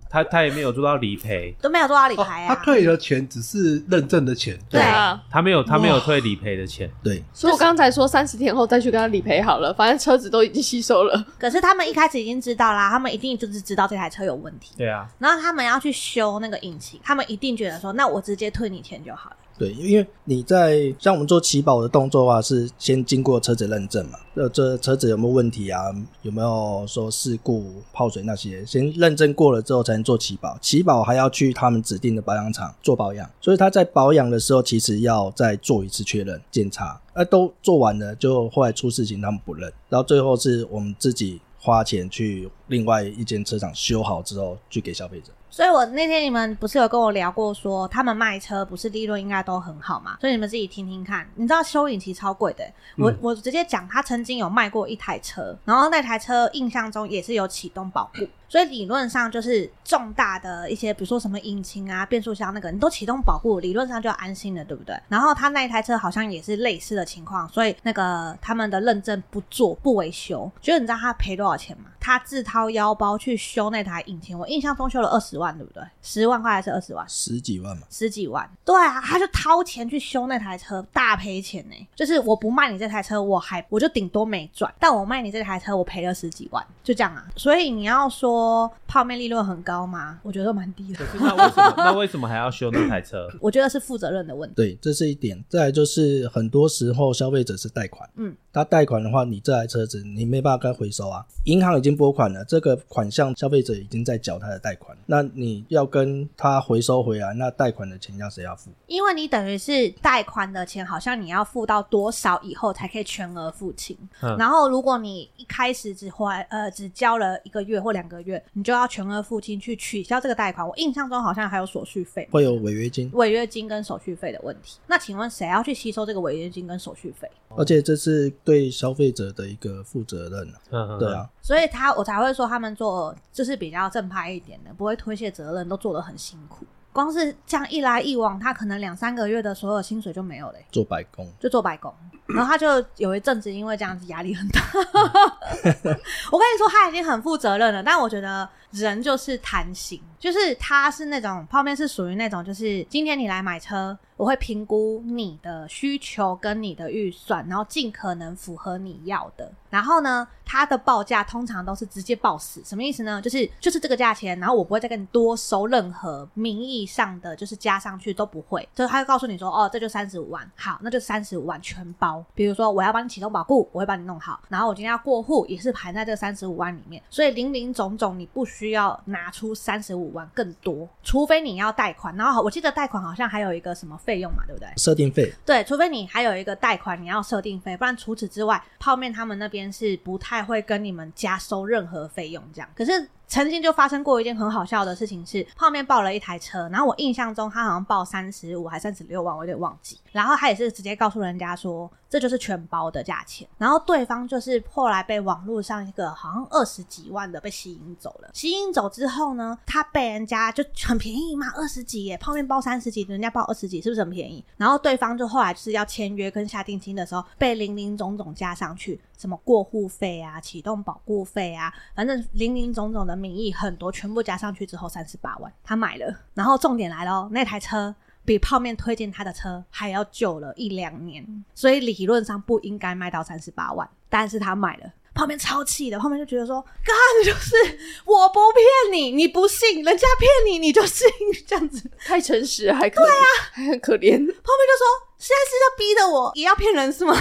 他他也没有做到理赔，都没有多少理哦赔他啊。退了钱只是认证的钱，对啊，他没有他没有退理赔的钱。对，所以我刚才说三十天后再去跟他理赔好了，反正车子都已经吸收了。 可是他们一开始已经知道啦，他们一定就是知道这台车有问题，对啊，然后他们要去修那个引擎，他们一定觉得说，那我直接退你钱就好了。对，因为你在像我们做起保的动作啊，是先经过车子认证嘛，呃，这车子有没有问题啊？有没有说事故、泡水那些，先认证过了之后才能做起保。起保还要去他们指定的保养厂做保养，所以他在保养的时候，其实要再做一次确认检查，呃，都做完了，就后来出事情他们不认，然后最后是我们自己花钱去另外一间车厂修好之后去给消费者。所以我那天你们不是有跟我聊过说，他们卖车不是利润应该都很好嘛？所以你们自己听听看。你知道修影其实超贵的、欸我、我直接讲，他曾经有卖过一台车，然后那台车印象中也是有启动保固，所以理论上就是重大的一些，比如说什么引擎啊、变速箱那个，你都启动保固，理论上就安心了，对不对？然后他那一台车好像也是类似的情况，所以那个他们的认证不做不维修，结果你知道他赔多少钱吗？他自掏腰包去修那台引擎，我印象中修了二十万，对不对？十万块还是二十万？十几万嘛，十几万，对啊，他就掏钱去修那台车，大赔钱呢、就是我不卖你这台车，我还我就顶多没赚，但我卖你这台车，我赔了十几万，就这样啊。所以你要说泡面利润很高吗？我觉得蛮低的可，是那为什么 那为什么还要修那台车？我觉得是负责任的问题。对，这是一点。再来就是很多时候消费者是贷款，嗯，他贷款的话，你这台车子你没办法该回收啊，银行已经拨款了，这个款项消费者已经在缴他的贷款，那你要跟他回收回来，那贷款的钱要谁要付？因为你等于是贷款的钱，好像你要付到多少以后才可以全额付清。嗯然后如果你一开始只还呃只交了一个月或两个月，你就要全额付清去取消这个贷款。我印象中好像还有手续费、会有违约金，违约金跟手续费的问题。那请问谁要去吸收这个违约金跟手续费？而且这是对消费者的一个负责任啊、 嗯嗯对啊，所以他我才会说他们做就是比较正派一点的，不会推卸责任，都做得很辛苦。光是这样一来一往，他可能两三个月的所有薪水就没有了欸、做白工。就做白工，然后他就有一阵子因为这样子压力很大。 我跟你说，他已经很负责任了，但我觉得人就是贪心，就是他是那种泡面是属于那种，就是今天你来买车，我会评估你的需求跟你的预算，然后尽可能符合你要的。然后呢，他的报价通常都是直接报死，什么意思呢？就是就是这个价钱，然后我不会再跟你多收任何名义上的，就是加上去都不会。就是他会告诉你说，哦，这就三十五万，好，那就三十五万全包。比如说我要帮你启动保固，我会帮你弄好，然后我今天要过户也是盘在这三十五万里面，所以零零总总你不需要拿出三十五万更多，除非你要贷款。然后我记得贷款好像还有一个什么费用嘛，对不对？设定费对，除非你还有一个贷款，你要设定费，不然除此之外，泡面他们那边是不太会跟你们加收任何费用这样。可是曾经就发生过一件很好笑的事情是，泡面报了一台车，然后我印象中他好像报三十五还三十六万，我有点忘记。然后他也是直接告诉人家说这就是全包的价钱，然后对方就是后来被网络上一个好像二十几万的被吸引走了。吸引走之后呢，他被人家就很便宜嘛，二十几耶，泡面包三十几，人家报二十几，是不是很便宜？然后对方就后来就是要签约跟下定金的时候，被零零总总加上去，什么过户费啊、启动保固费啊，反正零零总总的名义很多，全部加上去之后三十八万，他买了。然后重点来了哦，那台车。比泡面推荐他的车还要久了一两年，所以理论上不应该卖到三十八万，但是他买了。泡面超气的，泡面就觉得说，干就是我不骗你，你不信，人家骗你你就信，这样子。太诚实还可以，还很可泡怜。面就说，现在是要逼的我也要骗人是吗？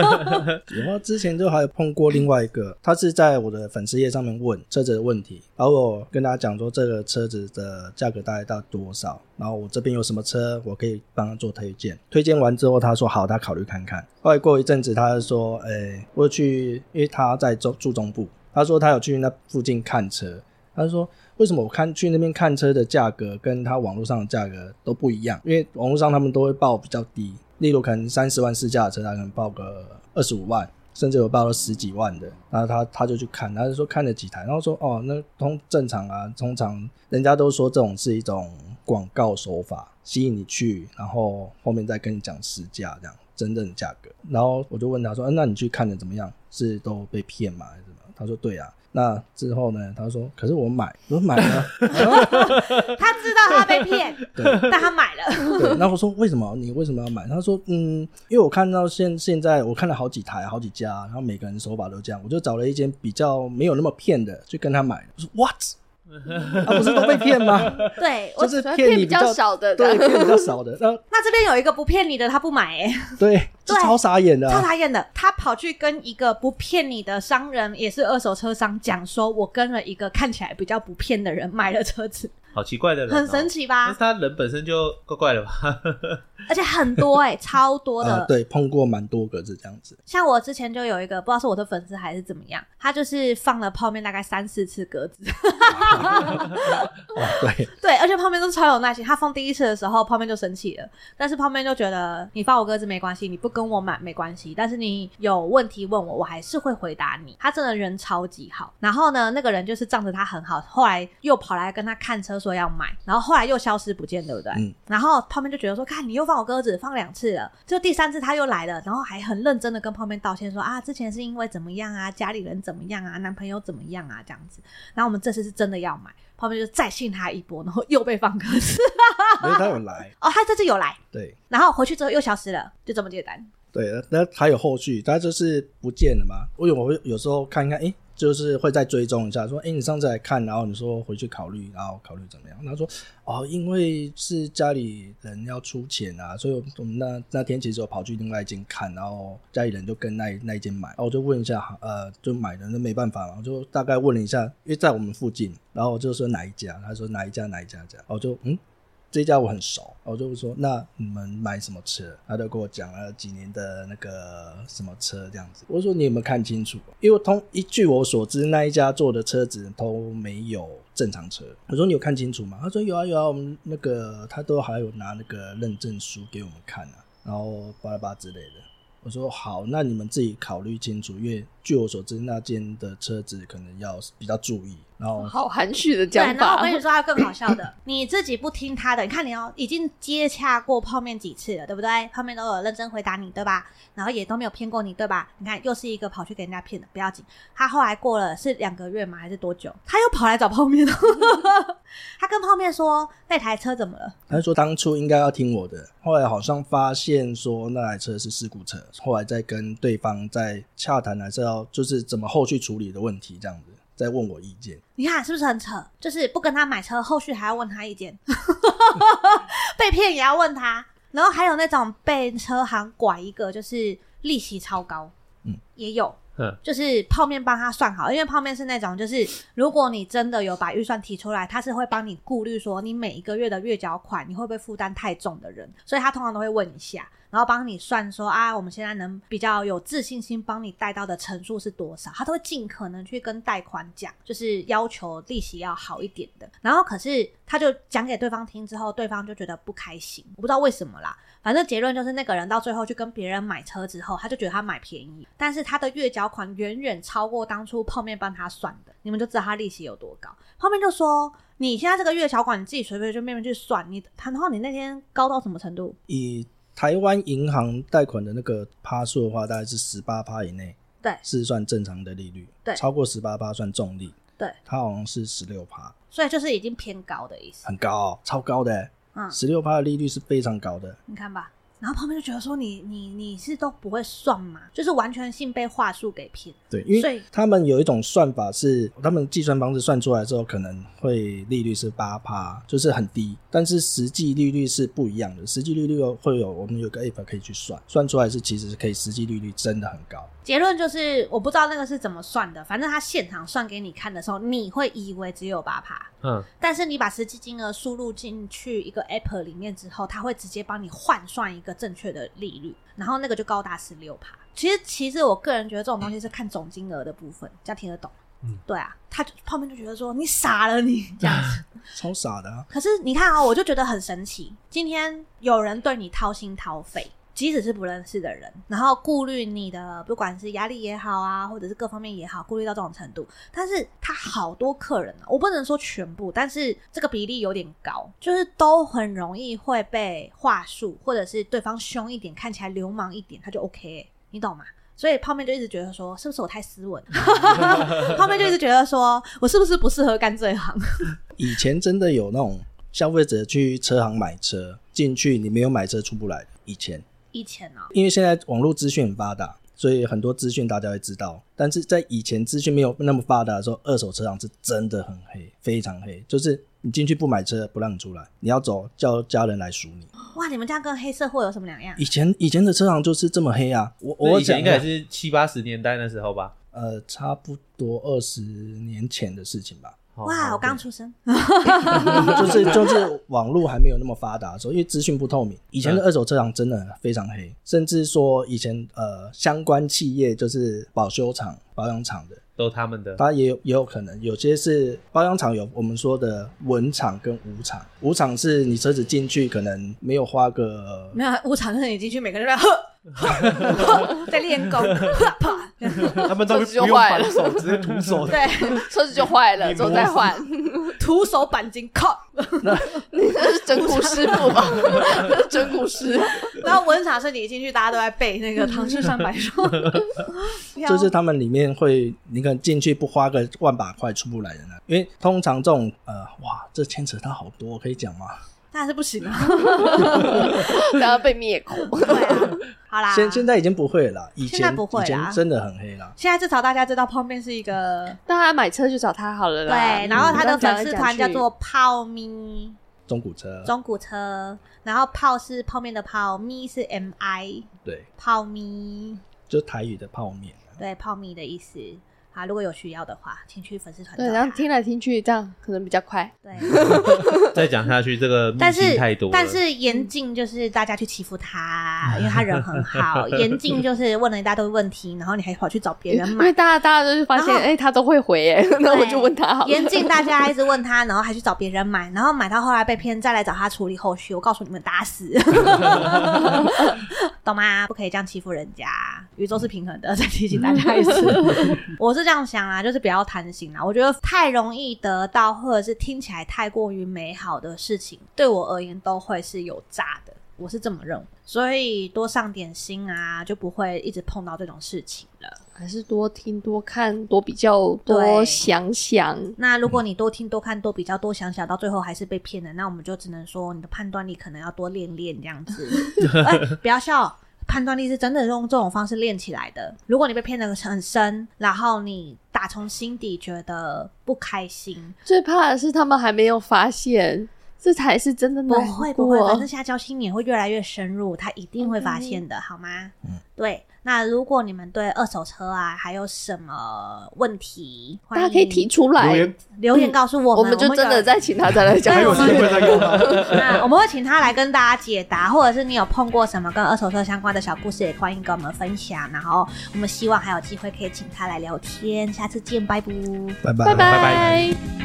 然后之前就还有碰过另外一个，他是在我的粉丝页上面问车子的问题，然后我跟他讲说这个车子的价格大概到多少，然后我这边有什么车，我可以帮他做推荐。推荐完之后，他说好，他考虑看看。后来过一阵子，他就说，哎、我有去，因为他在中住中部，他说他有去那附近看车，他就说。为什么我看去那边看车的价格跟他网络上的价格都不一样？因为网络上他们都会报比较低，例如可能三十万市价的车，他可能报个二十五万，甚至有报到十几万的。然后他他就去看，他就说看了几台，然后说哦，那通正常啊，通常人家都说这种是一种广告手法，吸引你去，然后后面再跟你讲实价这样真正的价格。然后我就问他说，嗯、那你去看的怎么样？是都被骗吗？还是怎么样？他说对啊。那之后呢？他说：“可是我买，我说 买了。他知道他被骗，对但他买了。对，那我说：“为什么？你为什么要买？”他说：“嗯，因为我看到现现在我看了好几台、好几家，然后每个人手法都这样，我就找了一间比较没有那么骗的，去跟他买。”我说：“What？他、啊、不是都被骗吗？对，我就是骗你比较少，少的，啊对，骗比较少的。那那这边有一个不骗你的，他不买、欸，对，这对超傻眼的、超啊。傻眼的。他跑去跟一个不骗你的商人，也是二手车商讲说，我跟了一个看起来比较不骗的人买了车子。好奇怪的人、很神奇奇。啊但吧是？他人本身就怪怪的吧？而且很多哎、超多的。啊，对，碰过蛮多个是这样 子，像我之前就有一个，不知道是我的粉丝还是怎么样，他就是放了泡面大概三四次鸽子， 啊，对，对，而且泡面都超有耐心。他放第一次的时候，泡面就生气了，但是泡面就觉得你放我鸽子没关系，你不跟我买没关系，但是你有问题问我，我还是会回答你。他真的人超级好，然后呢，那个人就是仗着他很好，后来又跑来跟他看车说要买，然后后来又消失不见，对不对？嗯然后泡面就觉得说，看你又放我鸽子，放两次了，就第三次他又来了，然后还很认真的跟泡面道歉说啊，之前是因为怎么样啊，家里人怎么样啊，男朋友怎么样啊，这样子。然后我们这次是真的要买，泡面就再信他一波，然后又被放鸽子。因为他有来， 哦，他这次有来，对然后回去之后又消失了，就这么简单。对，那还有后续，他就是不见了嘛，我有我会有时候看一看，诶，就是会再追踪一下，说，诶，你上次来看，然后你说回去考虑，然后考虑怎么样？他说，哦，因为是家里人要出钱啊，所以我们那那天其实我跑去另外一间看，然后家里人就跟那那一间买，然后我就问一下，呃，就买了，那没办法嘛，我就大概问了一下，因为在我们附近，然后我就说哪一家，他说哪一家哪一家这样，我就嗯。这一家我很熟，然后我就说那你们买什么车？他就跟我讲了几年的那个什么车这样子。我说你有没有看清楚？因为通一据我所知，那一家做的车子都没有正常车。我说你有看清楚吗？他说有啊有啊，我们那个他都还有拿那个认证书给我们看啊，然后巴拉巴拉之类的。我说好，那你们自己考虑清楚，因为据我所知，那间的车子可能要比较注意。然后好含蓄的对，讲然后法我。 跟你说，还有更好笑的， 你自己不听他的，你看你哦，已经接洽过泡面几次了，对不对？泡面都有认真回答你，对吧？然后也都没有骗过你，对吧？你看，又是一个跑去给人家骗的，不要紧。他后来过了是两个月吗？还是多久？他又跑来找泡面了。 嗯他跟泡面说那台车怎么了？他说当初应该要听我的，后来好像发现说那台车是事故车，后来再跟对方在洽谈，还是要就是怎么后续处理的问题这样子，再问我意见。你看是不是很扯？就是不跟他买车，后续还要问他意见， 被骗也要问他。然后还有那种被车行拐一个，就是利息超高，嗯，也有。嗯就是泡面帮他算好，因为泡面是那种，就是 如果你真的有把预算提出来，他是会帮你顾虑说你每一个月的月缴款你会不会负担太重的人，所以他通常都会问一下，然后帮你算说啊，我们现在能比较有自信心帮你贷到的成数是多少，他都会尽可能去跟贷款讲，就是要求利息要好一点的。然后可是他就讲给对方听之后，对方就觉得不开心，我不知道为什么啦，反正结论就是，那个人到最后去跟别人买车之后，他就觉得他买便宜，但是他的月缴款远远超过当初泡面帮他算的，你们就知道他利息有多高。泡面就说：“你现在这个月缴款，你自己随便就面面去算，你然后你那天高到什么程度？以台湾银行贷款的那个趴数的话，大概是十八趴以内，对是算正常的利率，对超过十八趴算重利，对，它好像是十六趴，所以就是已经偏高的意思。很高、哦，超高的、嗯十六趴的利率是非常高的。你看吧。”然后旁边就觉得说你你你是都不会算嘛，就是完全性被话术给骗。对，因所以为他们有一种算法是，他们计算方式算出来之后，可能会利率是八趴，就是很低，但是实际利率是不一样的。实际利率会有我们有个 app 可以去算，算出来是其实是可以实际利率真的很高。结论就是我不知道那个是怎么算的，反正他现场算给你看的时候，你会以为只有八趴， 嗯，但是你把实际金额输入进去一个 app 里面之后，它会直接帮你换算一个正确的利率，然后那个就高达十六趴。其实，其实我个人觉得这种东西是看总金额的部分，这样听得懂。嗯，对啊，他就泡面就觉得说你傻了你这样子，超傻的、啊，可是你看啊、我就觉得很神奇。今天有人对你掏心掏肺，即使是不认识的人，然后顾虑你的不管是压力也好啊，或者是各方面也好，顾虑到这种程度。但是他好多客人啊，我不能说全部，但是这个比例有点高，就是都很容易会被话术，或者是对方凶一点，看起来流氓一点，他就 OK，、欸、你 懂吗？所以泡面就一直觉得说，是不是我太斯文？ 泡面就一直觉得说我是不是不适合干这一行？以前真的有那种消费者去车行买车，进去你没有买车出不来的。以前，以前哦呢、因为现在网络资讯很发达，所以很多资讯大家会知道。但是在以前资讯没有那么发达的时候，二手车行是真的很黑，非常黑，就是你进去不买车不让你出来，你要走叫家人来赎你。哇，你们这样跟黑社会有什么两样？以前以前的车行就是这么黑啊，我我以前讲应一该下也是七八十年代那时候吧。呃差不多二十年前的事情吧。 哦哇，好我刚对出生， 就是就是网络还没有那么发达的时候，因为资讯不透明，以前的二手车行真的非常黑，甚至说以前呃相关企业就是保修厂、保养厂的，都他们的当然也有也有可能，有些是保养厂有我们说的文厂跟武厂，武厂是你车子进去可能没有花个没有无偿的你进去，每个人都在呵呵呵在练功，呵啪，他们都手不指就用坏了扳手，直接徒手的。对， 车子就坏了，之后再换。 徒手钣金，靠。你那是整 蛊师傅吧？那是整蛊师，然后文场是你一进去，大家都在背那个《唐诗三百首》，就是他们里面会，你可能进去不花个万把块出不来的那，因为通常这种呃，哇，这牵扯到好多，我可以讲吗？那还是不行啊。然后被灭口。对啊，好啦，现现在已经不会了啦，以现在前不会啦以前真的很黑啦。现在至少大家知道泡面是一个大家买车就找他好了对啦。，嗯然后他的不要粉丝讲来团叫讲去做泡咪中古车，中古车，然后泡是泡面的泡，咪是 M I 对，泡咪，就台语的泡面。对泡咪的意思。啊，如果有需要的话，请去粉丝团对，找然后他听来听去，这样可能比较快。 对，再讲下去，这个秘 但辛是太多了。但是严禁就是大家去欺负他，因为他人很 好。严禁就是问了一大堆问题，然后你还跑去找别人因 买为。大家大家都是发现，然后哎、他都会回、哎， 那我就问他好了。严禁大家一直问他，然后还去找别人买，然后买到后来被骗，再来找他处理后续。我告诉你们，打 死，懂吗？不可以这样欺负人家，宇宙是平衡的。再提醒大家一 次，我是这样想啊，就是不要贪心啦。我觉得太容易得到，或者是听起来太过于美好的事情，对我而言都会是有诈的。我是这么认为，所以多上点心啊，就不会一直碰到这种事情了。还是多听、多看、多比较、多对想想。那嗯如果你多听、多看、多比较、多想想，到最后还是被骗的，那我们就只能说你的判断力可能要多练练这样 子。哎、不要笑，判断力是真的用这种方式练起来的。如果你被骗的很深，然后你打从心底觉得不开心，最怕的是他们还没有发现，这才是真的不难过。会不会，反正下交心也会越来越深入，他一定会发现的，好吗？嗯对。那如果你们对二手车啊还有什么问题，大家可以欢迎提出留来，言留言告诉我们，我们就真的有再请他再来讲对还有一机次。会再用到。 那我们会请他来跟大家解答，或者是你有碰过什么跟二手车相关的小故事，也欢迎跟我们分享。然后我们希望还有机会可以请他来聊天，下次见，拜拜。拜拜拜拜拜拜。